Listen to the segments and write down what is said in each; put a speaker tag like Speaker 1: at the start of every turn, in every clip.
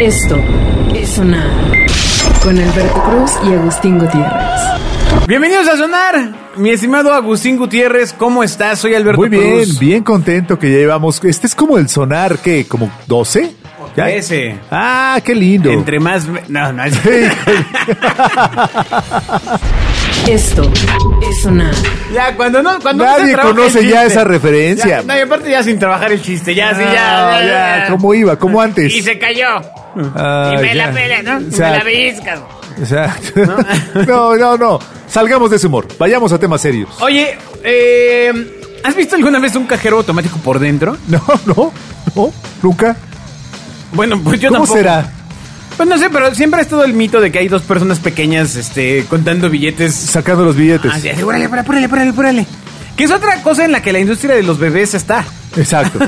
Speaker 1: Esto es Sonar con Alberto Cruz y Agustín Gutiérrez.
Speaker 2: Bienvenidos a Sonar, mi estimado Agustín Gutiérrez, ¿cómo estás? Soy Alberto
Speaker 3: Muy bien,
Speaker 2: Cruz.
Speaker 3: bien contento que ya llevamos. Este es como el sonar, ¿qué? ¿Como 12? ¿Ya?
Speaker 2: Trece.
Speaker 3: Ah, qué lindo.
Speaker 2: Entre más... ve- No, no, es-
Speaker 1: Esto es Sonar.
Speaker 2: ya, cuando no... Cuando no se
Speaker 3: Nadie
Speaker 2: trabaja el
Speaker 3: conoce ya
Speaker 2: chiste.
Speaker 3: esa referencia.
Speaker 2: Ya, no, y aparte ya sin trabajar el chiste, ya, sí, ya, ya,
Speaker 3: Ah, ya,
Speaker 2: ya.
Speaker 3: ¿Cómo iba? ¿Cómo antes?
Speaker 2: Y se cayó.
Speaker 3: Ah,
Speaker 2: y me
Speaker 3: ya.
Speaker 2: la pela, ¿no? Y
Speaker 3: Exacto.
Speaker 2: me la viscas.
Speaker 3: Exacto. ¿no? no, no, Salgamos de ese humor. Vayamos a temas serios.
Speaker 2: Oye, eh, ¿has visto alguna vez un cajero automático por dentro?
Speaker 3: No, no, no, nunca.
Speaker 2: Bueno, pues yo
Speaker 3: ¿Cómo
Speaker 2: tampoco.
Speaker 3: será?
Speaker 2: Pues no sé, pero siempre ha estado el mito de que hay dos personas pequeñas este, contando billetes
Speaker 3: Sacando los billetes.
Speaker 2: Ah, sí, sí, órale, órale, órale, órale, órale. Que es otra cosa en la que la industria de los bebés está.
Speaker 3: Exacto.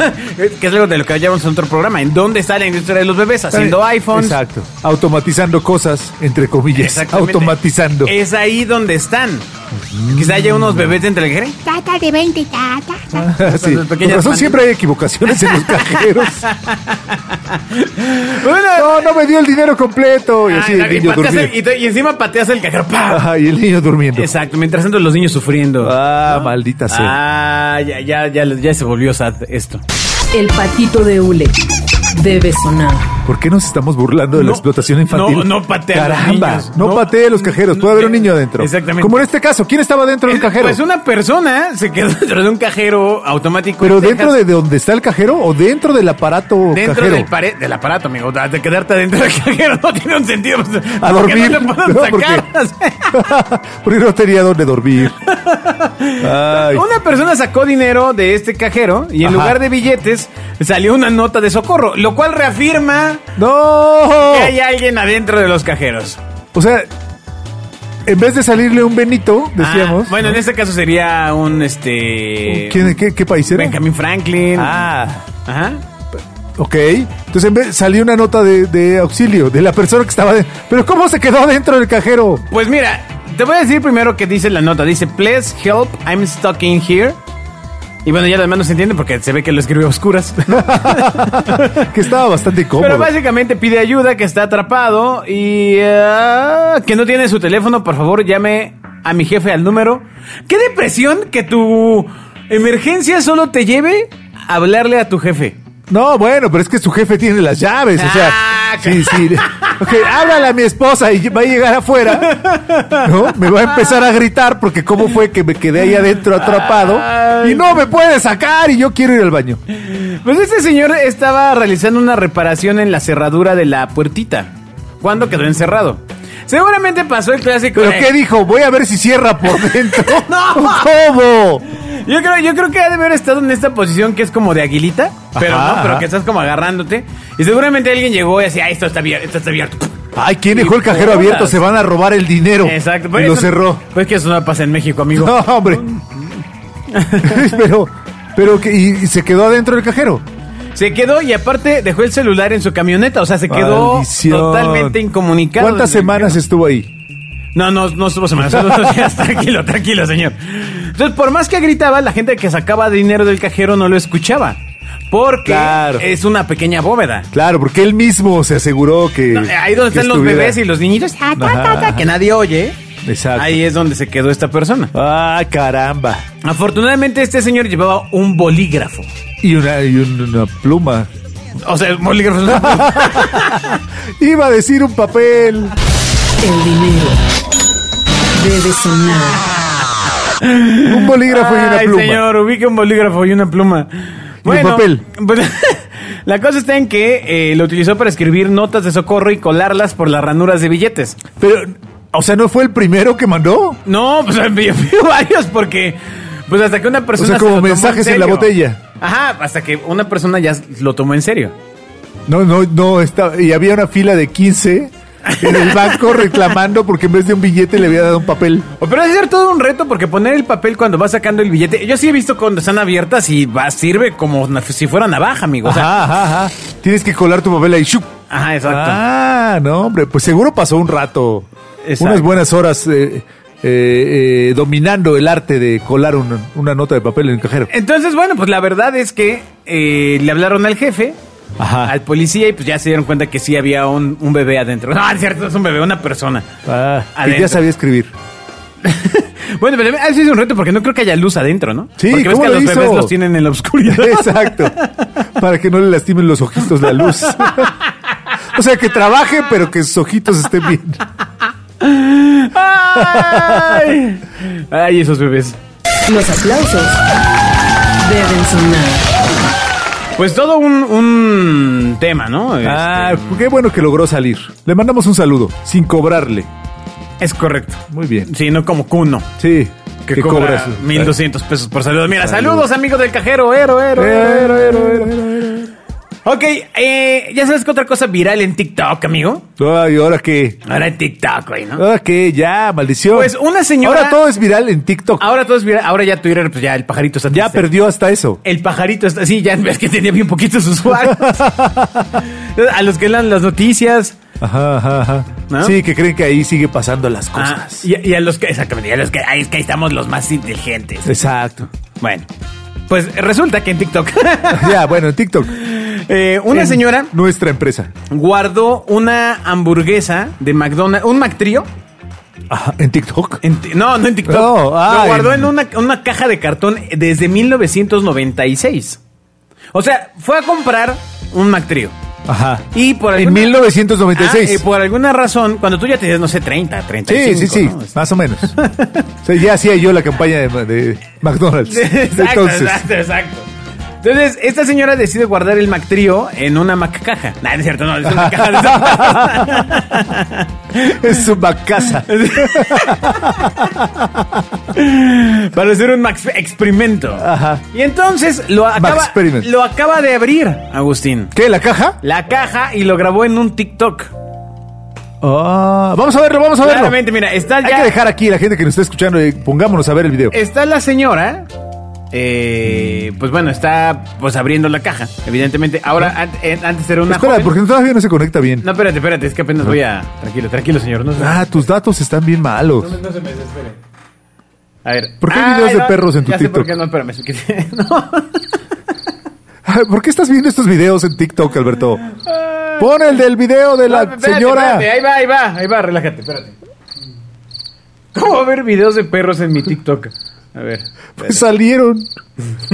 Speaker 2: que es algo de lo que hablamos en otro programa. ¿En dónde está la industria de los bebés? Haciendo iPhones.
Speaker 3: Eh, Exacto. Automatizando cosas, entre comillas.
Speaker 2: Exactamente. Eh,
Speaker 3: Automatizando.
Speaker 2: Es ahí donde están. Quizá haya unos bebés de entreguere.
Speaker 4: Tata de 20, tata.
Speaker 3: Sí.
Speaker 2: las
Speaker 3: Con
Speaker 2: pequeñas
Speaker 3: razón
Speaker 2: pan-
Speaker 3: siempre hay equivocaciones en los cajeros. no, no me dio el dinero completo. Y así el
Speaker 2: Ah, y,
Speaker 3: niño
Speaker 2: pateas el-
Speaker 3: durmiendo.
Speaker 2: y te- y encima pateas el cajero. ¡pa!
Speaker 3: Ajá, y el niño durmiendo.
Speaker 2: Exacto, mientras tanto los niños sufriendo.
Speaker 3: Ah, maldita sea.
Speaker 2: Ah, ya, ya, ya, ya se volvió sad esto.
Speaker 1: El patito de hule debe sonar.
Speaker 3: ¿Por qué nos estamos burlando de
Speaker 2: No,
Speaker 3: la explotación infantil?
Speaker 2: no, no patea a los
Speaker 3: Caramba,
Speaker 2: niños.
Speaker 3: no,
Speaker 2: No, Eh,
Speaker 3: patee a los cajeros. Puede haber un niño adentro.
Speaker 2: Exactamente.
Speaker 3: Como en este caso, ¿quién estaba dentro del cajero?
Speaker 2: Pues una persona se quedó dentro de un cajero automático.
Speaker 3: ¿Pero
Speaker 2: en
Speaker 3: dentro
Speaker 2: Texas.
Speaker 3: de donde está el cajero o dentro del aparato
Speaker 2: Dentro
Speaker 3: cajero?
Speaker 2: del, pare- del aparato, amigo. De quedarte adentro del cajero no tiene un sentido. pues,
Speaker 3: a dormir.
Speaker 2: No, te puedan
Speaker 3: No,
Speaker 2: sacar.
Speaker 3: porque, porque no tenía dónde dormir. Ay.
Speaker 2: Una persona sacó dinero de este cajero y en
Speaker 3: Ajá.
Speaker 2: lugar de billetes salió una nota de socorro, lo cual reafirma
Speaker 3: ¡No!
Speaker 2: que hay alguien adentro de los cajeros.
Speaker 3: O sea, en vez de salirle un Benito, decíamos.
Speaker 2: Ah, bueno, en este caso sería un este.
Speaker 3: ¿Quién- qué, qué país era?
Speaker 2: Benjamin Franklin.
Speaker 3: Ah.
Speaker 2: Ajá.
Speaker 3: Ok. Entonces en vez, salió una nota de, de auxilio de la persona que estaba. de- Pero ¿cómo se quedó dentro del cajero?
Speaker 2: Pues mira, te voy a decir primero que dice la nota. Dice, please help, I'm stuck in here. Y bueno, ya además no se entiende porque se ve que lo escribió a oscuras.
Speaker 3: Que estaba bastante incómodo.
Speaker 2: Pero básicamente pide ayuda, que está atrapado y ah, que no tiene su teléfono, por favor llame a mi jefe al número. Qué depresión que tu emergencia solo te lleve a hablarle a tu jefe.
Speaker 3: No, bueno, pero es que su jefe tiene las llaves, o sea.
Speaker 2: Ah,
Speaker 3: sí, sí. Ok, háblale a mi esposa y va a llegar afuera. ¿No? Me va a empezar a gritar porque cómo fue que me quedé ahí adentro atrapado.
Speaker 2: Ay.
Speaker 3: Y no me puede sacar y yo quiero ir al baño.
Speaker 2: Pues este señor estaba realizando una reparación en la cerradura de la puertita. Cuando quedó encerrado. Seguramente pasó el clásico.
Speaker 3: ¿Pero
Speaker 2: de-
Speaker 3: qué dijo? Voy a ver si cierra por dentro.
Speaker 2: No.
Speaker 3: ¿Cómo?
Speaker 2: Yo creo, yo creo que ha de haber estado en esta posición que es como de aguilita, pero
Speaker 3: Ajá,
Speaker 2: no, pero
Speaker 3: ajá.
Speaker 2: que estás como agarrándote. Y seguramente alguien llegó y decía, ah, esto está abierto, esto está abierto.
Speaker 3: Ay, ¿quién dejó el cajero
Speaker 2: bolas.
Speaker 3: abierto? Se van a robar el dinero.
Speaker 2: Exacto.
Speaker 3: Y
Speaker 2: pues
Speaker 3: lo
Speaker 2: eso-
Speaker 3: cerró.
Speaker 2: Pues que eso no pasa en México, amigo.
Speaker 3: No, hombre. pero, pero, que, y, y se quedó adentro del cajero.
Speaker 2: Se quedó y aparte dejó el celular en su camioneta, o sea, se quedó
Speaker 3: Maldición.
Speaker 2: totalmente incomunicado.
Speaker 3: ¿Cuántas
Speaker 2: en el
Speaker 3: semanas
Speaker 2: carro.
Speaker 3: estuvo ahí?
Speaker 2: No, no, no estuvo semanas, solo dos días. tranquilo, tranquilo, señor. Entonces, por más que gritaba, la gente que sacaba dinero del cajero no lo escuchaba. Porque
Speaker 3: Claro.
Speaker 2: es una pequeña bóveda.
Speaker 3: Claro, porque él mismo se aseguró que.
Speaker 2: No, ahí donde
Speaker 3: que
Speaker 2: están los
Speaker 3: estuviera.
Speaker 2: bebés y los niñitos, ta, Ah, ta, ta,
Speaker 3: Ajá,
Speaker 2: ta,
Speaker 3: ajá.
Speaker 2: que nadie oye.
Speaker 3: Exacto.
Speaker 2: Ahí es donde se quedó esta persona.
Speaker 3: Ah, caramba.
Speaker 2: Afortunadamente este señor llevaba un bolígrafo.
Speaker 3: Y una, y un- una pluma.
Speaker 2: O sea, el bolígrafo es una-
Speaker 3: Iba a decir un papel.
Speaker 1: El dinero debe sonar.
Speaker 3: Un bolígrafo y una
Speaker 2: Ay,
Speaker 3: pluma.
Speaker 2: señor, ubique un bolígrafo y una pluma.
Speaker 3: Y un papel.
Speaker 2: pues, la cosa está en que eh, lo utilizó para escribir notas de socorro y colarlas por las ranuras de billetes.
Speaker 3: Pero, o sea, ¿no fue el primero que mandó?
Speaker 2: No, pues envió varios porque... Pues hasta que una persona...
Speaker 3: sea, como
Speaker 2: lo tomó
Speaker 3: mensajes en la
Speaker 2: serio.
Speaker 3: botella.
Speaker 2: Ajá, hasta que una persona ya lo tomó en serio.
Speaker 3: No, no, no, estaba, y había una fila de 15 en el banco reclamando porque en vez de un billete le había dado un papel.
Speaker 2: O, Pero debe ser todo un reto porque poner el papel cuando vas sacando el billete. Yo sí he visto cuando están abiertas y va, sirve como na- si fuera navaja, amigo. O sea,
Speaker 3: Ajá, ajá, ajá. Tienes que colar tu papel ahí. ¡shup!
Speaker 2: ajá, exacto.
Speaker 3: Ah, no, hombre, pues seguro pasó un rato,
Speaker 2: Exacto.
Speaker 3: unas buenas horas eh, eh, eh, dominando el arte de colar un- una nota de papel en el cajero.
Speaker 2: Entonces, bueno, pues la verdad es que eh, le hablaron al jefe
Speaker 3: Ajá.
Speaker 2: al policía y pues ya se dieron cuenta que sí había un, un bebé adentro. No, es cierto, no es un bebé, una persona.
Speaker 3: Ah, y
Speaker 2: Adentro.
Speaker 3: ya sabía escribir.
Speaker 2: Bueno, pero ah, sí es un reto porque no creo que haya luz adentro, ¿no?
Speaker 3: Sí,
Speaker 2: porque
Speaker 3: ¿cómo
Speaker 2: ves que
Speaker 3: lo
Speaker 2: a los
Speaker 3: hizo?
Speaker 2: bebés los tienen en la oscuridad.
Speaker 3: Exacto. Para que no le lastimen los ojitos la luz. o sea, que trabaje, pero que sus ojitos estén bien.
Speaker 2: ¡Ay! Ay, esos bebés.
Speaker 1: Los aplausos deben sonar.
Speaker 2: Pues todo un, un tema, ¿no? Este,
Speaker 3: Ah, qué bueno que logró salir. Le mandamos un saludo, sin cobrarle.
Speaker 2: es correcto.
Speaker 3: Muy bien.
Speaker 2: Sí, no como Cuno.
Speaker 3: Sí,
Speaker 2: Que,
Speaker 3: que
Speaker 2: cobra,
Speaker 3: cobra su-
Speaker 2: 1200 pesos por saludo. Mira,
Speaker 3: Saludos. Eh.
Speaker 2: saludos, amigos del cajero. Ero, ero, ero, ero, ero, ero. Ok, eh, ya sabes que otra cosa viral en TikTok, amigo.
Speaker 3: Ay, ahora que.
Speaker 2: Ahora en TikTok, güey, ¿no?
Speaker 3: Ahora que, ya, maldición.
Speaker 2: Pues una señora- Ah,
Speaker 3: Ahora todo es viral en TikTok.
Speaker 2: Ahora todo es viral. Ahora ya Twitter, pues ya el pajarito está
Speaker 3: ya
Speaker 2: triste.
Speaker 3: perdió hasta eso.
Speaker 2: El pajarito está. Sí, ya ves que tenía bien poquitos usuarios. A los que dan las noticias.
Speaker 3: Ajá, ajá, ajá.
Speaker 2: ¿No?
Speaker 3: Sí, que creen que ahí sigue pasando las
Speaker 2: Ah,
Speaker 3: cosas.
Speaker 2: y, y a los que. Exactamente. y a los que. Ahí es que ahí estamos los más inteligentes.
Speaker 3: Exacto.
Speaker 2: Bueno. Pues resulta que en TikTok.
Speaker 3: ya, bueno, en TikTok.
Speaker 2: eh, una
Speaker 3: En
Speaker 2: señora
Speaker 3: Nuestra empresa.
Speaker 2: guardó una hamburguesa de McDonald's, un McTrío.
Speaker 3: Ajá, en TikTok.
Speaker 2: en ti- no, no en TikTok.
Speaker 3: No, ah,
Speaker 2: lo guardó en,
Speaker 3: en-
Speaker 2: una, una caja de cartón desde 1996. O sea, fue a comprar un McTrío.
Speaker 3: Ajá.
Speaker 2: Y por
Speaker 3: En
Speaker 2: alguna- Ah,
Speaker 3: 1996.
Speaker 2: y por alguna razón, cuando tú ya tenías, no sé, 30,
Speaker 3: sí,
Speaker 2: 35.
Speaker 3: sí, sí,
Speaker 2: ¿no?
Speaker 3: más o menos. O sea, ya hacía yo la campaña de, de McDonald's.
Speaker 2: exacto,
Speaker 3: Entonces,
Speaker 2: exacto, exacto. Entonces, esta señora decide guardar el MacTrío en una MacCaja. No, no es cierto, no, es una caja de zapatos.
Speaker 3: es su macasa.
Speaker 2: Para hacer un Max experimento.
Speaker 3: Ajá.
Speaker 2: Y entonces lo acaba,
Speaker 3: Maxperiment.
Speaker 2: lo acaba de abrir, Agustín.
Speaker 3: ¿Qué? ¿La caja?
Speaker 2: La caja y lo grabó en un TikTok.
Speaker 3: Ah, vamos a verlo, vamos a verlo.
Speaker 2: Claramente, mira, está
Speaker 3: Hay que
Speaker 2: ya. Eh,
Speaker 3: dejar aquí la gente que nos está escuchando y pongámonos a ver el video.
Speaker 2: Está la señora. eh, pues bueno, está pues abriendo la caja, evidentemente. Ahora, an- eh, antes era una.
Speaker 3: Espera,
Speaker 2: joven.
Speaker 3: porque todavía no se conecta bien.
Speaker 2: No, espérate, espérate, es que apenas voy a. Tranquilo, tranquilo, señor. No, se-
Speaker 3: Ah, tus datos están bien malos.
Speaker 2: no se me desespere. A ver.
Speaker 3: ¿Por qué hay
Speaker 2: Ay,
Speaker 3: videos de
Speaker 2: no,
Speaker 3: perros en tu
Speaker 2: ya Sé por
Speaker 3: TikTok?
Speaker 2: qué no, espérame. es que- no.
Speaker 3: Ay, Ah, ¿Por qué estás viendo estos videos en TikTok, Alberto? Pon el del video de la
Speaker 2: No, espérate,
Speaker 3: señora.
Speaker 2: espérate, ahí va, ahí va, ahí va, relájate, espérate. ¿Cómo va a haber videos de perros en mi TikTok? A ver.
Speaker 3: Pues salieron.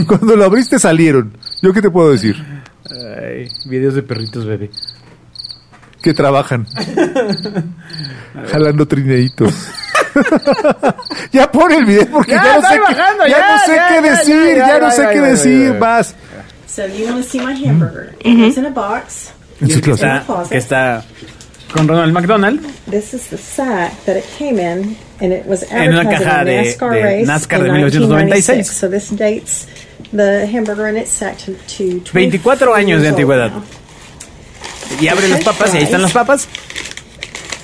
Speaker 3: Cuando lo abriste salieron. ¿Yo qué te puedo decir?
Speaker 2: Ay, videos de perritos, bebé.
Speaker 3: Que trabajan. Jalando trineitos. ya pon el video porque
Speaker 2: Ya,
Speaker 3: ya, no
Speaker 2: estoy
Speaker 3: sé, qué-
Speaker 2: bajando,
Speaker 3: ya
Speaker 2: ya,
Speaker 3: no sé
Speaker 2: ya,
Speaker 3: qué
Speaker 2: ya,
Speaker 3: decir,
Speaker 2: ya,
Speaker 3: ya,
Speaker 2: ya,
Speaker 3: no
Speaker 2: ya,
Speaker 3: sé
Speaker 2: ya,
Speaker 3: qué
Speaker 2: ya, ya,
Speaker 3: decir.
Speaker 2: ya.
Speaker 3: Vas.
Speaker 4: So you want to see my hamburger?
Speaker 3: Mm-hmm.
Speaker 4: It's in a box.
Speaker 3: En su closet.
Speaker 2: Está, que está con Ronald McDonald
Speaker 4: This is the sack that it came in, and it was
Speaker 2: En una
Speaker 4: advertising
Speaker 2: caja
Speaker 4: a
Speaker 2: de-
Speaker 4: NASCAR
Speaker 2: de
Speaker 4: race
Speaker 2: NASCAR
Speaker 4: in
Speaker 2: de 1996.
Speaker 4: 1996. So this dates the hamburger in its sack to, to
Speaker 2: 24 años de
Speaker 4: years old
Speaker 2: antigüedad.
Speaker 4: now.
Speaker 2: y abre las papas y ahí están las papas.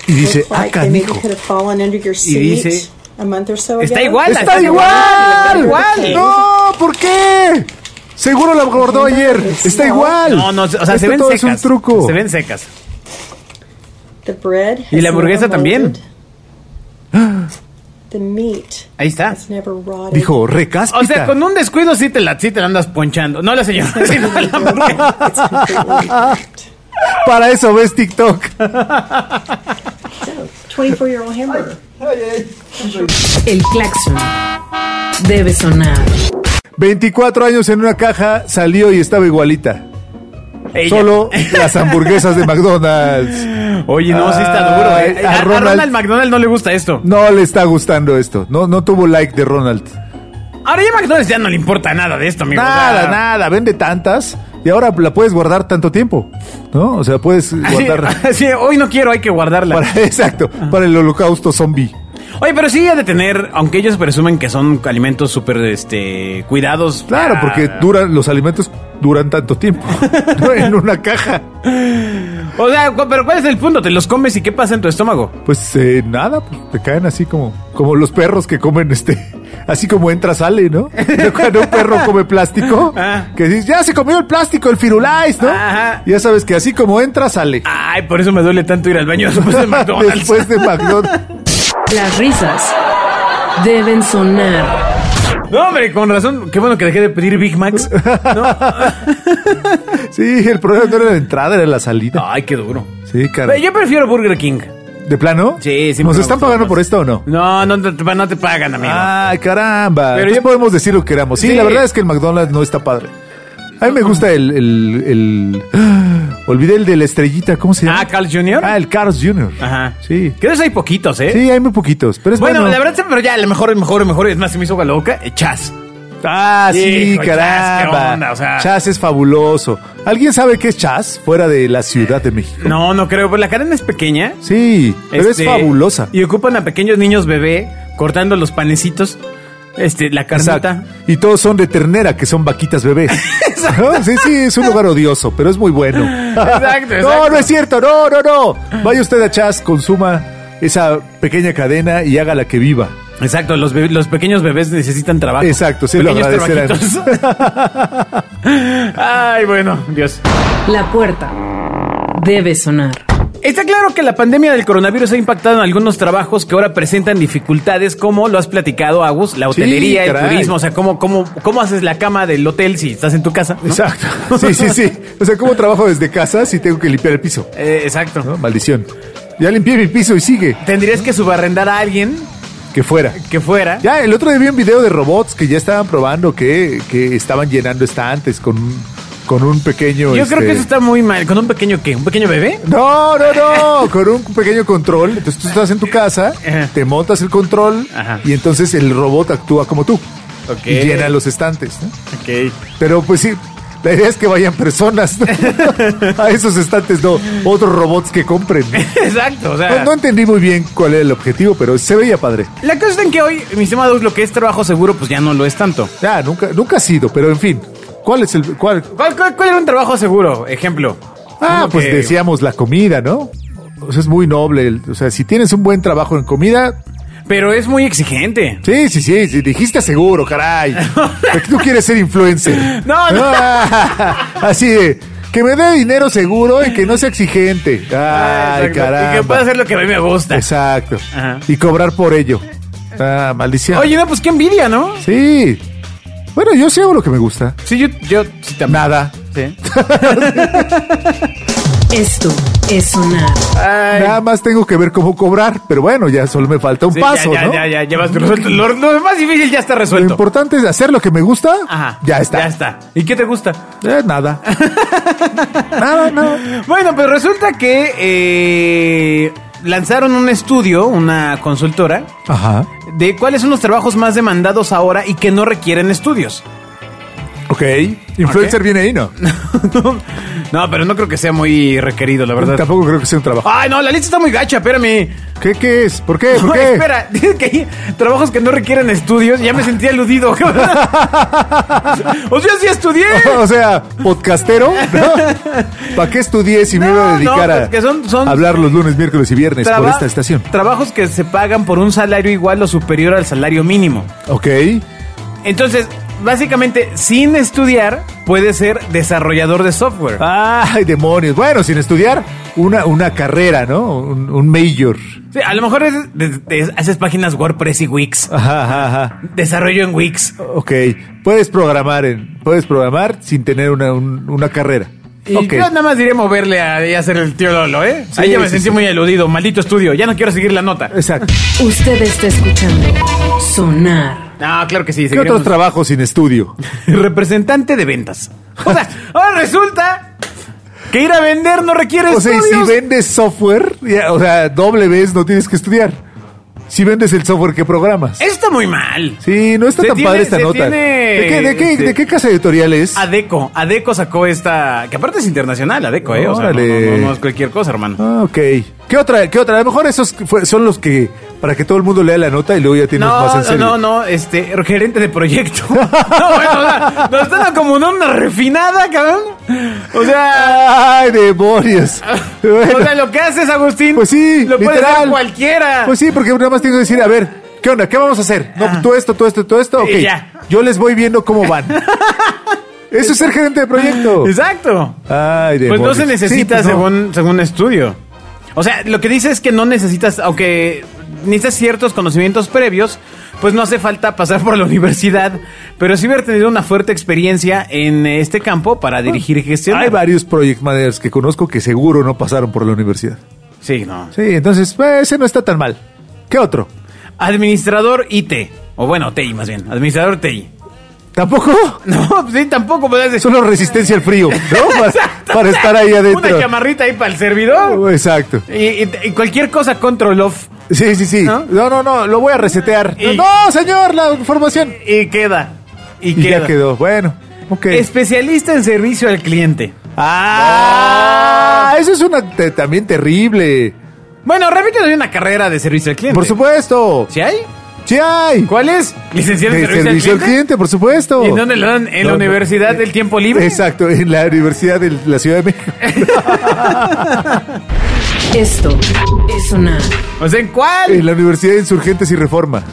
Speaker 3: Y dice,
Speaker 4: Looks
Speaker 3: ah,
Speaker 4: like they maybe
Speaker 3: canijo.
Speaker 4: could have fallen under your
Speaker 2: dice,
Speaker 4: seat a month or so
Speaker 2: "Está
Speaker 4: ago.
Speaker 2: igual,
Speaker 3: ¡Está igual! ¡No! ¿Por qué? Seguro la guardó ayer. Está igual.
Speaker 2: No, no, o sea, se
Speaker 3: Esto
Speaker 2: ven
Speaker 3: todo
Speaker 2: secas.
Speaker 3: es un truco.
Speaker 2: Se ven secas.
Speaker 4: The bread
Speaker 2: Y la
Speaker 4: has
Speaker 2: hamburguesa
Speaker 4: never
Speaker 2: también.
Speaker 4: molded. The meat
Speaker 2: Ahí está.
Speaker 4: has never rotted.
Speaker 3: Dijo, recáspita.
Speaker 2: O sea, con un descuido sí te la, sí te la andas ponchando. No la señora, sino la hamburguesa.
Speaker 4: It's completely cooked.
Speaker 3: Para eso ves TikTok.
Speaker 4: 24 year old hamburger.
Speaker 1: El claxon debe sonar.
Speaker 3: 24 años en una caja, salió y estaba igualita.
Speaker 2: Ella.
Speaker 3: Solo las hamburguesas de McDonald's.
Speaker 2: Oye, no, sí está duro.
Speaker 3: Ay,
Speaker 2: eh.
Speaker 3: a
Speaker 2: A, a Ronald...
Speaker 3: Ronald
Speaker 2: McDonald no le gusta esto.
Speaker 3: No le está gustando esto. No, no tuvo like de Ronald.
Speaker 2: Ahora ya McDonald's ya no le importa nada de esto, amigo. o
Speaker 3: Nada,
Speaker 2: sea,
Speaker 3: nada. Vende tantas y ahora la puedes guardar tanto tiempo. ¿No? O sea, puedes
Speaker 2: así-
Speaker 3: guardar.
Speaker 2: así, hoy no quiero, hay que guardarla.
Speaker 3: para- exacto, para el holocausto zombie.
Speaker 2: Oye, pero sí ha de tener, aunque ellos presumen que son alimentos súper, este, cuidados.
Speaker 3: Claro,
Speaker 2: ah,
Speaker 3: porque duran, los alimentos duran tanto tiempo. ¿no? en una caja.
Speaker 2: O sea, cu- pero ¿cuál es el punto? ¿Te los comes y qué pasa en tu estómago?
Speaker 3: Pues eh, nada, pues, te caen así como, como los perros que comen este. Así como entra, sale, ¿no? Cuando un perro come plástico,
Speaker 2: Ah.
Speaker 3: que dices, ya se comió el plástico, el firulais, ¿no?
Speaker 2: Ajá.
Speaker 3: Ya sabes que así como entra, sale.
Speaker 2: Ay, por eso me duele tanto ir al baño después de McDonald's.
Speaker 3: Después de McDonald's.
Speaker 1: Las risas deben sonar.
Speaker 2: No, hombre, con razón. Qué bueno que dejé de pedir Big Macs.
Speaker 3: Sí, el problema no era la entrada, era la salida.
Speaker 2: Ay, qué duro.
Speaker 3: Sí, caray.
Speaker 2: Yo prefiero Burger King.
Speaker 3: ¿De plano?
Speaker 2: Sí, sí.
Speaker 3: ¿Nos
Speaker 2: me
Speaker 3: están
Speaker 2: gusta
Speaker 3: pagando
Speaker 2: más.
Speaker 3: por esto o no?
Speaker 2: No, no, te- no te pagan, amigo.
Speaker 3: Ay, caramba.
Speaker 2: Pero
Speaker 3: Pero
Speaker 2: yo-
Speaker 3: podemos decir lo que queramos. Sí,
Speaker 2: Sí.
Speaker 3: la verdad es que el McDonald's no está padre. A mí me gusta el... el, el- ¡Ah! Olvidé el de la estrellita, ¿cómo se llama?
Speaker 2: Ah, Carl Jr.
Speaker 3: Ah, el Carl's Jr.
Speaker 2: Ajá.
Speaker 3: Sí.
Speaker 2: Creo que hay poquitos, ¿eh?
Speaker 3: Sí, hay muy poquitos, pero es
Speaker 2: Bueno,
Speaker 3: bueno.
Speaker 2: la verdad, pero ya, el mejor, el mejor, el mejor. Es más, se me hizo loca. Chas.
Speaker 3: Ah, sí,
Speaker 2: Hijo, Chas,
Speaker 3: caramba.
Speaker 2: ¿qué onda? O sea-
Speaker 3: Chas es fabuloso. ¿Alguien sabe qué es Chas fuera de la Ciudad de México?
Speaker 2: No, no creo. Pues la cadena es pequeña.
Speaker 3: Sí, pero
Speaker 2: Este,
Speaker 3: es fabulosa.
Speaker 2: Y ocupan a pequeños niños bebé cortando los panecitos. Este, la carnita.
Speaker 3: Exacto. Y todos son de ternera, que son vaquitas bebés. ¿No? sí, sí, es un lugar odioso, pero es muy bueno.
Speaker 2: Exacto, exacto.
Speaker 3: No, no es cierto, no, no, no. Vaya usted a Chas, consuma esa pequeña cadena y hágala que viva.
Speaker 2: Exacto, los, bebé- los pequeños bebés necesitan trabajo.
Speaker 3: Exacto, sí, lo agradecerán.
Speaker 2: trabajitos. Ay, bueno, Dios.
Speaker 1: La puerta debe sonar.
Speaker 2: Está claro que la pandemia del coronavirus ha impactado en algunos trabajos que ahora presentan dificultades, como lo has platicado, Agus, la
Speaker 3: Sí,
Speaker 2: hotelería, el
Speaker 3: caray.
Speaker 2: turismo, o sea, cómo, cómo, cómo haces la cama del hotel si estás en tu casa. ¿no?
Speaker 3: Exacto. Sí, sí, sí. O sea, ¿cómo trabajo desde casa si tengo que limpiar el piso?
Speaker 2: Eh, exacto.
Speaker 3: ¿No? Maldición. Ya limpié mi piso y sigue.
Speaker 2: Tendrías que subarrendar a alguien
Speaker 3: Que fuera.
Speaker 2: que fuera.
Speaker 3: Ya, el otro día vi un video de robots que ya estaban probando que, que estaban llenando estantes con, un- con un pequeño.
Speaker 2: Yo creo
Speaker 3: este,
Speaker 2: que eso está muy mal. ¿Con un pequeño qué? ¿Un pequeño bebé?
Speaker 3: No, no, no, con un pequeño control. Entonces tú estás en tu casa,
Speaker 2: Ajá.
Speaker 3: te montas el control
Speaker 2: Ajá.
Speaker 3: y entonces el robot actúa como tú
Speaker 2: Ok.
Speaker 3: y llena los estantes. ¿no?
Speaker 2: Ok.
Speaker 3: Pero pues sí, la idea es que vayan personas ¿no? a esos estantes, no otros robots que compren.
Speaker 2: Exacto, o sea.
Speaker 3: Pues No, no entendí muy bien cuál era el objetivo, pero se veía padre.
Speaker 2: La cosa está en que hoy, mi estimado Agus, lo que es trabajo seguro, pues ya no lo es tanto.
Speaker 3: Ya, Ah, nunca, nunca ha sido, pero en fin. ¿Cuál es el cuál?
Speaker 2: ¿Cuál, cuál, cuál era un trabajo seguro? Ejemplo.
Speaker 3: Ah,
Speaker 2: Uno
Speaker 3: pues
Speaker 2: que-
Speaker 3: decíamos la comida, ¿no? O sea, es muy noble. el- O sea, si tienes un buen trabajo en comida,
Speaker 2: Pero es muy exigente.
Speaker 3: Sí, sí, sí, sí, dijiste seguro, caray. Pero Tú quieres ser influencer.
Speaker 2: No, no.
Speaker 3: Ah, así de, que me dé dinero seguro y que no sea exigente. Ay,
Speaker 2: Ah, Exacto.
Speaker 3: caramba.
Speaker 2: Y que pueda hacer lo que a mí me gusta.
Speaker 3: Exacto.
Speaker 2: Ajá.
Speaker 3: Y cobrar por ello. Ah, maldición.
Speaker 2: Oye, no, pues qué envidia, ¿no?
Speaker 3: Sí. Bueno, yo sí hago lo que me gusta.
Speaker 2: Sí, yo, yo sí también.
Speaker 3: Nada.
Speaker 2: Sí.
Speaker 1: Esto es sonar.
Speaker 2: Ay,
Speaker 3: Nada más tengo que ver cómo cobrar, pero bueno, ya solo me falta un
Speaker 2: sí,
Speaker 3: paso,
Speaker 2: ya, ya,
Speaker 3: ¿no?
Speaker 2: ya, ya, ya vas resuelto. Lo, lo más difícil ya está
Speaker 3: Lo
Speaker 2: resuelto.
Speaker 3: importante es hacer lo que me gusta.
Speaker 2: Ajá.
Speaker 3: Ya está.
Speaker 2: Ya está. ¿Y qué te gusta?
Speaker 3: Eh, nada. nada, nada.
Speaker 2: Bueno, pues resulta que eh, lanzaron un estudio, una consultora,
Speaker 3: Ajá.
Speaker 2: de cuáles son los trabajos más demandados ahora y que no requieren estudios.
Speaker 3: Ok. Influencer viene ahí, ¿no?
Speaker 2: no, pero no creo que sea muy requerido, la verdad.
Speaker 3: Tampoco creo que sea un trabajo.
Speaker 2: Ay, no, la lista está muy gacha, espérame.
Speaker 3: ¿Qué, qué es? ¿Por qué?
Speaker 2: No,
Speaker 3: ¿Por qué?
Speaker 2: espera, dice que hay trabajos que no requieren estudios. Ya me sentí aludido. cabrón. o sea, sí estudié.
Speaker 3: O sea, podcastero, ¿Para qué estudié si me
Speaker 2: No,
Speaker 3: iba a
Speaker 2: no,
Speaker 3: dedicar
Speaker 2: pues que
Speaker 3: a
Speaker 2: son- son-
Speaker 3: hablar los lunes, miércoles y viernes por
Speaker 2: Traba-
Speaker 3: esta estación?
Speaker 2: Trabajos que se pagan por un salario igual o superior al salario mínimo.
Speaker 3: Ok.
Speaker 2: Entonces, básicamente, sin estudiar, puedes ser desarrollador de software.
Speaker 3: Ah. Ay, demonios. Bueno, sin estudiar, una, una carrera, ¿no? Un, un major.
Speaker 2: Sí, a lo mejor es- de- de- haces páginas WordPress y Wix.
Speaker 3: Ajá, ajá, ajá.
Speaker 2: Desarrollo en Wix.
Speaker 3: Ok. Puedes programar, en, puedes programar sin tener una, un- una carrera.
Speaker 2: Y
Speaker 3: ok.
Speaker 2: yo nada más diría moverle a, y hacer el tío Lolo, ¿eh?
Speaker 3: Sí,
Speaker 2: Ahí ya me
Speaker 3: sí,
Speaker 2: sentí
Speaker 3: sí.
Speaker 2: muy eludido. Maldito estudio. Ya no quiero seguir la nota.
Speaker 3: Exacto.
Speaker 1: Usted está escuchando sonar.
Speaker 2: No, claro que sí.
Speaker 3: ¿Qué otros
Speaker 2: seguiremos.
Speaker 3: trabajos sin estudio?
Speaker 2: Representante de ventas. O sea, ahora resulta que ir a vender no requiere
Speaker 3: O sea, y si
Speaker 2: estudios.
Speaker 3: vendes software, ya, o sea, doble vez no tienes que estudiar. Si vendes el software que programas.
Speaker 2: Eso está muy mal.
Speaker 3: Sí, no está
Speaker 2: Se
Speaker 3: tan
Speaker 2: tiene-
Speaker 3: padre esta
Speaker 2: se
Speaker 3: nota.
Speaker 2: tiene,
Speaker 3: ¿De, qué, de, qué,
Speaker 2: este,
Speaker 3: de qué casa editorial es?
Speaker 2: Adeco, Adeco sacó esta, que aparte es internacional, Adeco, ¿eh? O sea, no,
Speaker 3: Órale.
Speaker 2: no- no- no es cualquier cosa, hermano.
Speaker 3: Ah, ok. ¿Qué otra? ¿Qué otra? A lo mejor esos que fue- son los que, para que todo el mundo lea la nota y luego ya tienes más en
Speaker 2: No,
Speaker 3: serio.
Speaker 2: no, no, este, gerente de proyecto. No, bueno, o sea, nos están acomodando una refinada, cabrón. O sea,
Speaker 3: ¡Ay, demonios! Bueno,
Speaker 2: o sea, lo que haces, Agustín,
Speaker 3: pues sí,
Speaker 2: lo puede
Speaker 3: literal.
Speaker 2: hacer cualquiera.
Speaker 3: Pues sí, porque nada más tienes que decir, a ver, ¿qué onda? ¿Qué vamos a hacer? No, tú esto, tú esto, tú esto. Ok,
Speaker 2: Y ya.
Speaker 3: yo les voy viendo cómo van. Eso es ser gerente de proyecto.
Speaker 2: Exacto.
Speaker 3: Ay,
Speaker 2: Pues no
Speaker 3: demonios.
Speaker 2: se necesita
Speaker 3: Sí, pues no.
Speaker 2: según, según estudio. O sea, lo que dice es que no necesitas, aunque necesitas ciertos conocimientos previos, pues no hace falta pasar por la universidad, pero sí haber tenido una fuerte experiencia en este campo para dirigir y gestionar.
Speaker 3: Ah. Hay varios project managers que conozco que seguro no pasaron por la universidad.
Speaker 2: Sí, no.
Speaker 3: Sí, entonces eh, ese no está tan mal. ¿Qué otro?
Speaker 2: Administrador IT, o bueno, TI más bien, administrador TI.
Speaker 3: ¿Tampoco?
Speaker 2: No, pues sí, tampoco podés decir
Speaker 3: Solo resistencia al frío, ¿no? Para, para estar ahí adentro. Oh,
Speaker 2: una chamarrita ahí para el servidor.
Speaker 3: Exacto.
Speaker 2: Y, y- y cualquier cosa control off
Speaker 3: Sí, sí, sí.
Speaker 2: ¿No?
Speaker 3: ¿No? no, no, lo voy a resetear.
Speaker 2: Y-
Speaker 3: No, señor, la información.
Speaker 2: y queda. Y,
Speaker 3: Y
Speaker 2: queda.
Speaker 3: ya quedó. Bueno, ok.
Speaker 2: Especialista en servicio al cliente.
Speaker 3: Ah, eso es una te- también terrible.
Speaker 2: Bueno, repito, hay una carrera de servicio al cliente.
Speaker 3: Por supuesto.
Speaker 2: ¿Sí hay?
Speaker 3: Sí hay.
Speaker 2: ¿Cuál es? Licenciado en
Speaker 3: De
Speaker 2: servicio,
Speaker 3: servicio al cliente, por supuesto.
Speaker 2: ¿Y en dónde lo dan? ¿En la
Speaker 3: No, no.
Speaker 2: universidad del tiempo libre?
Speaker 3: Exacto, en la Universidad de la Ciudad de México.
Speaker 1: Esto es sonar.
Speaker 2: O sea, ¿en cuál?
Speaker 3: En la Universidad de Insurgentes y Reforma.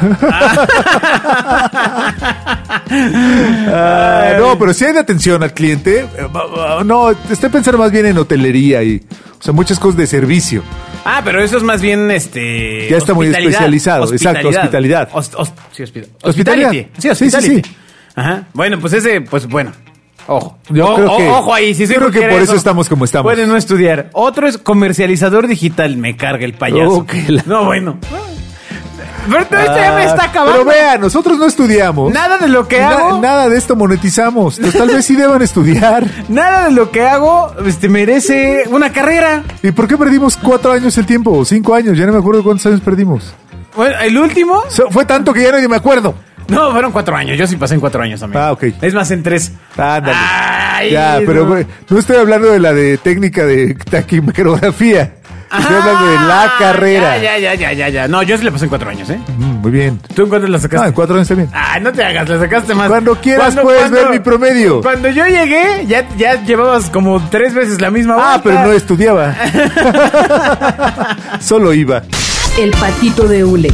Speaker 3: Ah, no, pero si hay de atención al cliente, eh, va- va- no, estoy pensando más bien en hotelería y, o sea, muchas cosas de servicio.
Speaker 2: Ah, pero eso es más bien este.
Speaker 3: Ya está muy
Speaker 2: hospitalidad.
Speaker 3: especializado, exacto, hospitalidad.
Speaker 2: Host- host- sí, hospita-
Speaker 3: Hospitalidad.
Speaker 2: hospitality. Sí,
Speaker 3: Sí, sí, sí.
Speaker 2: hospitality. Ajá. Bueno, pues ese, pues bueno. Ojo.
Speaker 3: Yo
Speaker 2: O-
Speaker 3: creo
Speaker 2: o-
Speaker 3: que-
Speaker 2: ojo ahí, si
Speaker 3: yo
Speaker 2: soy
Speaker 3: creo que
Speaker 2: mujer,
Speaker 3: por eso estamos como estamos.
Speaker 2: Pueden no estudiar. Otro es comercializador digital. Me carga el payaso.
Speaker 3: Oh, que la-
Speaker 2: No, bueno. Pero todo esto ya me está
Speaker 3: Ah,
Speaker 2: acabando.
Speaker 3: Pero vean, nosotros no estudiamos.
Speaker 2: Nada de lo que
Speaker 3: Na-
Speaker 2: hago.
Speaker 3: nada de esto monetizamos. Entonces, tal vez sí deban estudiar.
Speaker 2: Nada de lo que hago este, merece una carrera.
Speaker 3: ¿Y por qué perdimos cuatro años el tiempo? o Cinco años, ya no me acuerdo cuántos años perdimos.
Speaker 2: Bueno, el último.
Speaker 3: So- fue tanto que ya nadie me acuerdo.
Speaker 2: No, fueron cuatro años. Yo sí pasé en cuatro años también.
Speaker 3: Ah, ok.
Speaker 2: Es más, en tres.
Speaker 3: Ándale.
Speaker 2: Ay,
Speaker 3: ya, pero
Speaker 2: no.
Speaker 3: güey, no estoy hablando de la de técnica de taquimecanografía. Estoy hablando de la
Speaker 2: Ah,
Speaker 3: carrera.
Speaker 2: Ya, ya, ya, ya, ya. No, yo sí le pasé en cuatro años, ¿eh?
Speaker 3: Mm, muy bien.
Speaker 2: ¿Tú en cuánto la sacaste?
Speaker 3: Ah, en cuatro años también.
Speaker 2: Ah, no te hagas, la sacaste más.
Speaker 3: Cuando quieras puedes ver mi promedio.
Speaker 2: Cuando yo llegué, ya, ya llevabas como tres veces la misma
Speaker 3: Ah,
Speaker 2: vuelta.
Speaker 3: pero no estudiaba. Solo iba.
Speaker 1: El patito de hule.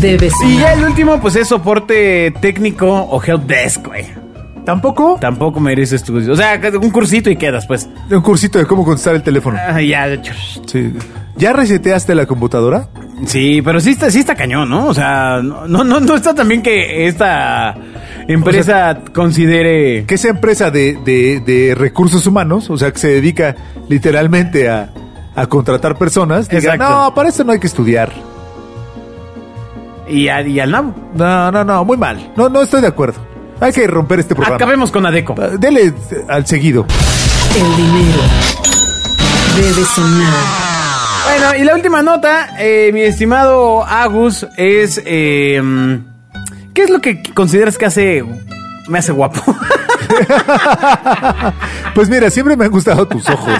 Speaker 1: Debe
Speaker 2: Y
Speaker 1: sonar.
Speaker 2: ya el último, pues es soporte técnico o help desk, güey.
Speaker 3: ¿Tampoco?
Speaker 2: Tampoco merece estudios. O sea, un cursito y quedas, pues.
Speaker 3: Un cursito de cómo contestar el teléfono.
Speaker 2: Ah, ya, de hecho.
Speaker 3: Sí. ¿Ya reseteaste la computadora?
Speaker 2: Sí, pero sí está, sí está cañón, ¿no? O sea, no, no, no, no está también que esta empresa considere.
Speaker 3: Que esa empresa de, de- de recursos humanos, o sea, que se dedica literalmente a, a contratar personas, diga,
Speaker 2: Exacto.
Speaker 3: no, para esto no hay que estudiar.
Speaker 2: Y, a- y al nabo.
Speaker 3: No, no, no, muy mal. No, no estoy de acuerdo. Hay que romper este programa.
Speaker 2: Acabemos con Adeco.
Speaker 3: Ah, Dele eh, al seguido.
Speaker 1: El dinero. Debe sonar.
Speaker 2: Bueno, y la última nota, eh, mi estimado Agus, es... eh, ¿Qué es lo que consideras que hace... Me hace guapo?
Speaker 3: Pues mira, siempre me han gustado tus ojos.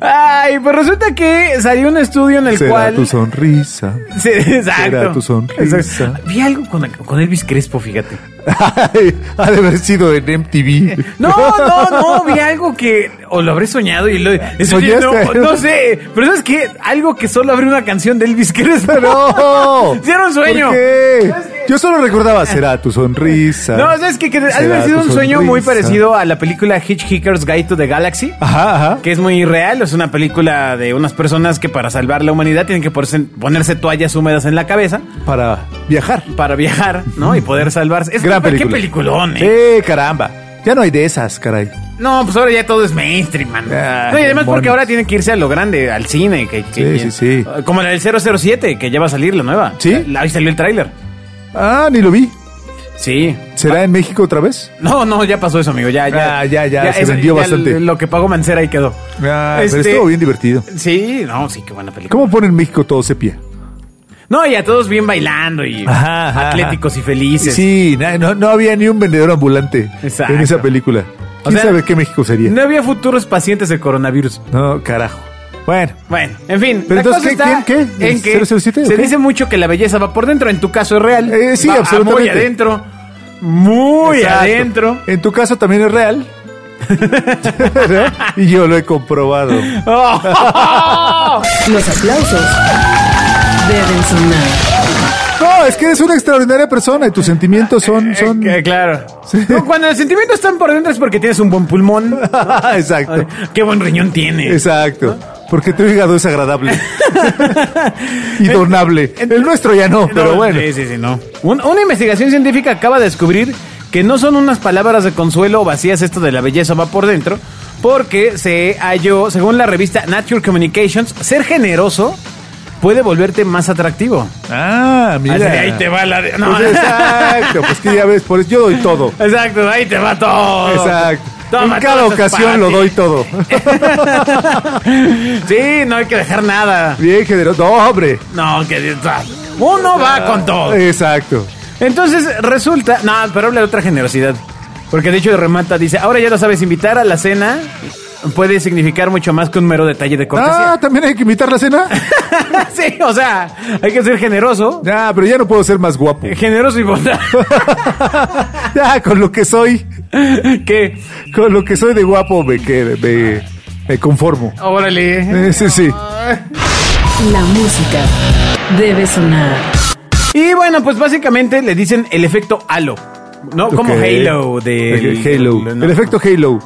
Speaker 2: Ay, pues resulta que salió un estudio en el
Speaker 3: Será
Speaker 2: cual...
Speaker 3: tu sonrisa.
Speaker 2: Sí, exacto.
Speaker 3: Será tu sonrisa.
Speaker 2: Exacto. Vi algo con, con Elvis Crespo, fíjate.
Speaker 3: Ay, ha de haber sido en MTV.
Speaker 2: No, no, no, vi algo que... O lo habré soñado y lo...
Speaker 3: ¿Soñaste?
Speaker 2: No, no sé, pero ¿sabes qué? Algo que solo abrió una canción de Elvis Crespo.
Speaker 3: ¡No!
Speaker 2: Sí, era un sueño.
Speaker 3: ¿Por qué? Yo solo recordaba, será tu sonrisa.
Speaker 2: No, ¿sabes qué? Que ha de
Speaker 3: Será
Speaker 2: haber sido
Speaker 3: tu
Speaker 2: un sueño muy
Speaker 3: sonrisa.
Speaker 2: parecido a la película Hitchhiker's Guide to the Galaxy.
Speaker 3: Ajá, ajá.
Speaker 2: que es muy real, es una película de unas personas que para salvar la humanidad tienen que ponerse, ponerse toallas húmedas en la cabeza
Speaker 3: Para viajar.
Speaker 2: para viajar, ¿no? Y poder salvarse. Es
Speaker 3: Gran
Speaker 2: que,
Speaker 3: película.
Speaker 2: qué peliculón, eh.
Speaker 3: Sí, caramba. Ya no hay de esas, caray.
Speaker 2: No, pues ahora ya todo es mainstream, man.
Speaker 3: Ah,
Speaker 2: no, y además porque
Speaker 3: demonios.
Speaker 2: ahora tienen que irse a lo grande, al cine. Que, que-
Speaker 3: Sí, sí, sí.
Speaker 2: Como la del 007, que ya va a salir la nueva.
Speaker 3: ¿Sí?
Speaker 2: La- Ahí salió el tráiler.
Speaker 3: Ah, ni lo vi.
Speaker 2: Sí.
Speaker 3: ¿Será en México otra vez?
Speaker 2: No, no, ya pasó eso, amigo. Ya, ya.
Speaker 3: Ah, ya, ya, se vendió bastante.
Speaker 2: Lo que pagó Mancera ahí quedó.
Speaker 3: Ah,
Speaker 2: Este,
Speaker 3: Pero estuvo bien divertido.
Speaker 2: Sí, no, sí, qué buena película.
Speaker 3: ¿Cómo pone en México todo sepia?
Speaker 2: No, y a todos bien bailando y
Speaker 3: Ajá, ajá,
Speaker 2: atléticos y felices.
Speaker 3: Sí, na- no, no había ni un vendedor ambulante
Speaker 2: Exacto.
Speaker 3: en esa película.
Speaker 2: O
Speaker 3: ¿Quién
Speaker 2: sea,
Speaker 3: sabe qué México sería?
Speaker 2: No había futuros pacientes de coronavirus.
Speaker 3: No, carajo. Bueno,
Speaker 2: Bueno, en fin.
Speaker 3: Pero
Speaker 2: la
Speaker 3: entonces,
Speaker 2: cosa
Speaker 3: ¿qué-
Speaker 2: está
Speaker 3: quién- qué?
Speaker 2: en que
Speaker 3: 007 o
Speaker 2: se
Speaker 3: qué?
Speaker 2: dice mucho que la belleza va por dentro. En tu caso es real.
Speaker 3: Eh, sí,
Speaker 2: Va a
Speaker 3: absolutamente.
Speaker 2: Muy adentro. Muy
Speaker 3: exacto.
Speaker 2: adentro.
Speaker 3: En tu caso también es real. ¿No? Y yo lo he comprobado.
Speaker 2: Oh.
Speaker 1: Los aplausos. Deben sonar.
Speaker 3: No, es que eres una extraordinaria persona y tus sentimientos son... son...
Speaker 2: Eh, claro.
Speaker 3: Sí.
Speaker 2: No, Cuando los sentimientos están por dentro es porque tienes un buen pulmón.
Speaker 3: Ah, Exacto.
Speaker 2: Ay, Qué buen riñón tiene.
Speaker 3: Exacto. Porque tu hígado es agradable. y donable. El nuestro ya no, pero
Speaker 2: No, eh,
Speaker 3: bueno.
Speaker 2: Sí, sí, sí, no. Un- una investigación científica acaba de descubrir que no son unas palabras de consuelo o vacías esto de la belleza va por dentro, porque se halló, según la revista Nature Communications, ser generoso puede volverte más atractivo.
Speaker 3: Ah, mira.
Speaker 2: Así de, ahí te va la de- no.
Speaker 3: Pues exacto, pues que ya ves, por eso yo doy todo.
Speaker 2: Exacto, ahí te va todo.
Speaker 3: Exacto.
Speaker 2: Toma,
Speaker 3: en cada
Speaker 2: todo eso es para
Speaker 3: ocasión lo
Speaker 2: ti.
Speaker 3: doy todo.
Speaker 2: sí, no hay que dejar nada.
Speaker 3: Bien generoso. No, hombre.
Speaker 2: No, que uno va con todo.
Speaker 3: Exacto.
Speaker 2: Entonces resulta, no, pero habla de otra generosidad. Porque de hecho remata, dice, ahora ya lo sabes, invitar a la cena puede significar mucho más que un mero detalle de
Speaker 3: Ah,
Speaker 2: cortesía.
Speaker 3: también hay que invitar la cena.
Speaker 2: sí, o sea, hay que ser generoso.
Speaker 3: Ya, pero ya no puedo ser más guapo.
Speaker 2: Generoso y bondad.
Speaker 3: Ya, con lo que soy,
Speaker 2: que,
Speaker 3: con lo que soy de guapo me, quedo, me, me conformo.
Speaker 2: órale.
Speaker 3: Eh, Sí, sí.
Speaker 1: La música debe sonar.
Speaker 2: Y bueno, pues básicamente le dicen el efecto halo. ¿No? Como
Speaker 3: Ok.
Speaker 2: Halo de...
Speaker 3: El Halo. El efecto Halo.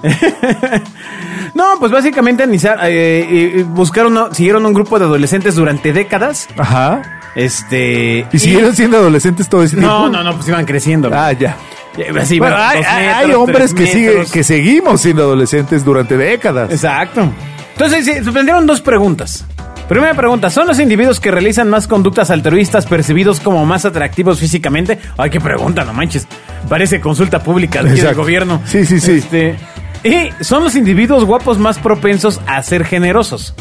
Speaker 2: No, pues básicamente analizar, eh, eh, buscaron, siguieron un grupo de adolescentes durante décadas.
Speaker 3: Ajá.
Speaker 2: Este.
Speaker 3: ¿Y siguieron siendo adolescentes todo ese tiempo?
Speaker 2: No, no, no, pues iban creciendo.
Speaker 3: Ah, ya.
Speaker 2: Eh, así,
Speaker 3: Bueno,
Speaker 2: bueno,
Speaker 3: hay,
Speaker 2: dos
Speaker 3: hay-
Speaker 2: metros,
Speaker 3: hay hombres que
Speaker 2: tres
Speaker 3: siguen,
Speaker 2: metros.
Speaker 3: que seguimos siendo adolescentes durante décadas.
Speaker 2: Exacto. Entonces, se se plantearon dos preguntas. Primera pregunta, ¿son los individuos que realizan más conductas altruistas percibidos como más atractivos físicamente? Ay, qué pregunta, no manches. Parece consulta pública de aquí del
Speaker 3: Exacto.
Speaker 2: gobierno.
Speaker 3: Sí, sí, sí.
Speaker 2: Este, y son los individuos guapos más propensos a ser generosos.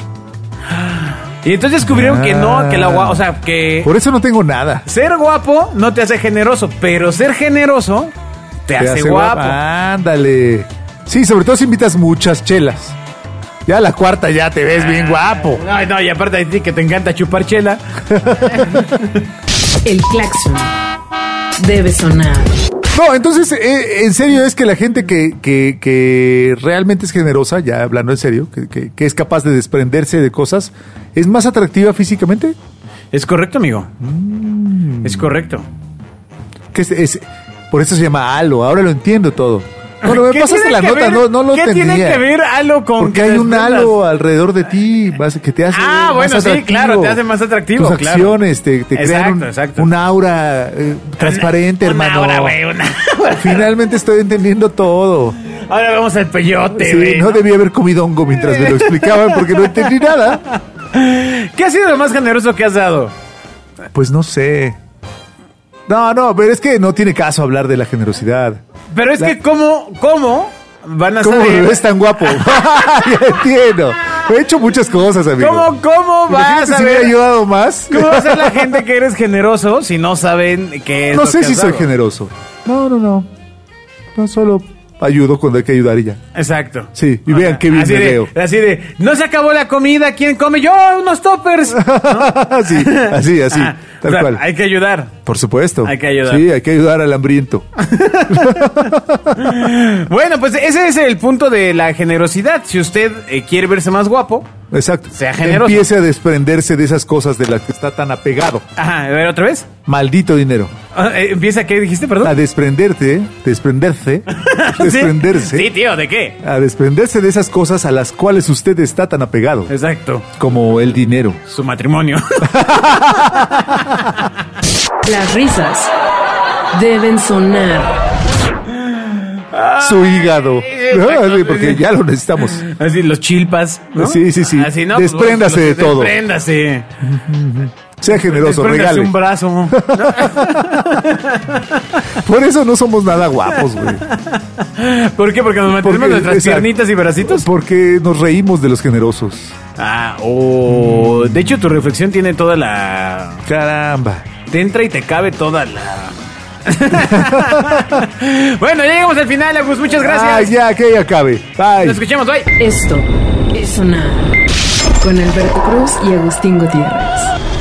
Speaker 2: Y entonces descubrieron que no, que la gua- o sea, que
Speaker 3: Por eso no tengo nada.
Speaker 2: ser guapo no te hace generoso, pero ser generoso te, hace, guapo.
Speaker 3: Ah. Ándale. Sí, sobre todo si invitas muchas chelas. Ya la cuarta ya te ves
Speaker 2: Ah.
Speaker 3: bien guapo.
Speaker 2: Ay, no, y aparte de ti que te encanta chupar chela.
Speaker 1: El claxon debe sonar.
Speaker 3: No, entonces, eh, en serio es que la gente que, que, que realmente es generosa, ya hablando en serio, que, que- que es capaz de desprenderse de cosas, es más atractiva físicamente.
Speaker 2: Es correcto, amigo.
Speaker 3: Mm.
Speaker 2: Es correcto.
Speaker 3: Que es, es- por eso se llama halo. Ahora lo entiendo todo. Bueno, me
Speaker 2: ¿Qué
Speaker 3: pasaste
Speaker 2: tiene
Speaker 3: la
Speaker 2: que
Speaker 3: nota,
Speaker 2: ver-
Speaker 3: no, no lo
Speaker 2: ¿Qué
Speaker 3: entendía.
Speaker 2: tiene que ver halo con
Speaker 3: Porque
Speaker 2: que
Speaker 3: hay
Speaker 2: te
Speaker 3: un
Speaker 2: desprendas?
Speaker 3: halo alrededor de ti vas- que te hace
Speaker 2: Ah,
Speaker 3: más
Speaker 2: bueno, sí,
Speaker 3: atractivo.
Speaker 2: claro, te hace más atractivo,
Speaker 3: Tus
Speaker 2: claro.
Speaker 3: acciones te, te crean
Speaker 2: Exacto,
Speaker 3: un,
Speaker 2: exacto.
Speaker 3: un aura eh, transparente,
Speaker 2: Una
Speaker 3: hermano.
Speaker 2: hora, güey, una hora.
Speaker 3: Finalmente estoy entendiendo todo.
Speaker 2: Ahora vemos el peyote,
Speaker 3: Sí,
Speaker 2: güey,
Speaker 3: no
Speaker 2: ¿no?
Speaker 3: debí haber comido hongo mientras me lo explicaban porque no entendí nada.
Speaker 2: ¿Qué ha sido lo más generoso que has dado?
Speaker 3: Pues no sé. No, no, pero es que no tiene caso hablar de la generosidad.
Speaker 2: Pero es
Speaker 3: La-
Speaker 2: que cómo, cómo van a
Speaker 3: ¿Cómo
Speaker 2: saber-
Speaker 3: me ves tan guapo? ya entiendo. He hecho muchas cosas, amigo.
Speaker 2: ¿Cómo, cómo vas
Speaker 3: Imagínate
Speaker 2: a
Speaker 3: si hubiera
Speaker 2: ver?
Speaker 3: ayudado más.
Speaker 2: ¿Cómo va a ser la gente que eres generoso si no saben qué es
Speaker 3: No
Speaker 2: lo
Speaker 3: sé
Speaker 2: que
Speaker 3: si
Speaker 2: has
Speaker 3: soy
Speaker 2: dado?
Speaker 3: generoso. No, no, no. No solo ayudo cuando hay que ayudar y ya.
Speaker 2: Exacto.
Speaker 3: Sí, y
Speaker 2: O
Speaker 3: vean
Speaker 2: sea,
Speaker 3: qué bien
Speaker 2: así
Speaker 3: me
Speaker 2: de,
Speaker 3: veo.
Speaker 2: Así de, no se acabó la comida, ¿quién come? Yo, unos toppers.
Speaker 3: así, así, así.
Speaker 2: Ah,
Speaker 3: tal
Speaker 2: o sea,
Speaker 3: cual.
Speaker 2: Hay que ayudar.
Speaker 3: Por supuesto.
Speaker 2: Hay que ayudar.
Speaker 3: Sí, hay que ayudar al hambriento.
Speaker 2: Bueno, pues ese es el punto de la generosidad. Si usted eh, quiere verse más guapo,
Speaker 3: Exacto.
Speaker 2: Sea generoso.
Speaker 3: Empiece a desprenderse de esas cosas de las que está tan apegado.
Speaker 2: ajá, a ver otra vez.
Speaker 3: Maldito dinero.
Speaker 2: Ah, eh, Empieza, ¿qué dijiste, perdón?
Speaker 3: A desprenderte, desprenderse,
Speaker 2: ¿Sí?
Speaker 3: desprenderse.
Speaker 2: ¿Sí? tío, ¿de qué?
Speaker 3: A desprenderse de esas cosas a las cuales usted está tan apegado.
Speaker 2: Exacto,
Speaker 3: Como el dinero.
Speaker 2: su matrimonio.
Speaker 1: Las risas deben sonar.
Speaker 3: Su hígado.
Speaker 2: exacto,
Speaker 3: Ah, sí,
Speaker 2: sí,
Speaker 3: porque
Speaker 2: sí.
Speaker 3: ya lo necesitamos.
Speaker 2: Así, los chilpas, ¿no?
Speaker 3: Sí, sí, sí.
Speaker 2: Así, no, pues,
Speaker 3: Despréndase
Speaker 2: los-
Speaker 3: de todo.
Speaker 2: Despréndase.
Speaker 3: Sea generoso,
Speaker 2: Despréndase
Speaker 3: regale.
Speaker 2: un brazo.
Speaker 3: Por eso no somos nada guapos, güey.
Speaker 2: ¿Por qué? Porque nos mantenemos
Speaker 3: Porque-
Speaker 2: nuestras
Speaker 3: exacto.
Speaker 2: piernitas y bracitos.
Speaker 3: Porque nos reímos de los generosos.
Speaker 2: Ah, o... De hecho, tu reflexión tiene toda la...
Speaker 3: Caramba.
Speaker 2: Te entra y te cabe toda la... bueno, ya llegamos al final, Agus. Muchas
Speaker 3: Ah,
Speaker 2: gracias.
Speaker 3: ya, que ya acabe. Bye.
Speaker 2: Nos escuchamos, bye.
Speaker 1: Esto es sonar. Con Alberto Cruz y Agustín Gutiérrez.